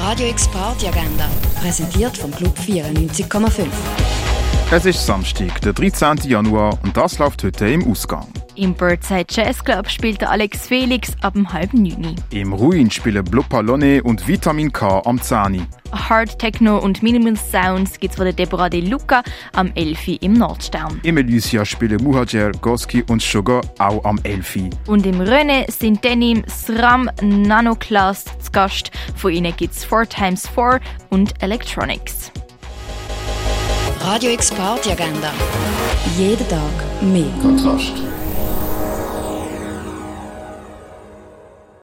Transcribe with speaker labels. Speaker 1: Radio X Party Agenda, präsentiert vom Club 94,5.
Speaker 2: Es ist Samstag, der 13. Januar, und das läuft heute im Ausgang.
Speaker 3: Im Birdside Jazz Club spielt der Alex Felix ab dem halb neun.
Speaker 2: Im Ruin spielen Blue Palone und Vitamin K am 10.
Speaker 3: Hard Techno und Minimal Sounds gibt's von der Deborah De Luca am 11 im Nordstern.
Speaker 2: Im Elysia spielen Muhajer, Goski und Sugar auch am 11.
Speaker 3: Und im Rennen sind Denim, SRAM, Nanoclast zu Gast. Von ihnen gibt's 4x4 und Electronics.
Speaker 1: Radio X Party Agenda. Jeden Tag mehr.
Speaker 4: Kontrast.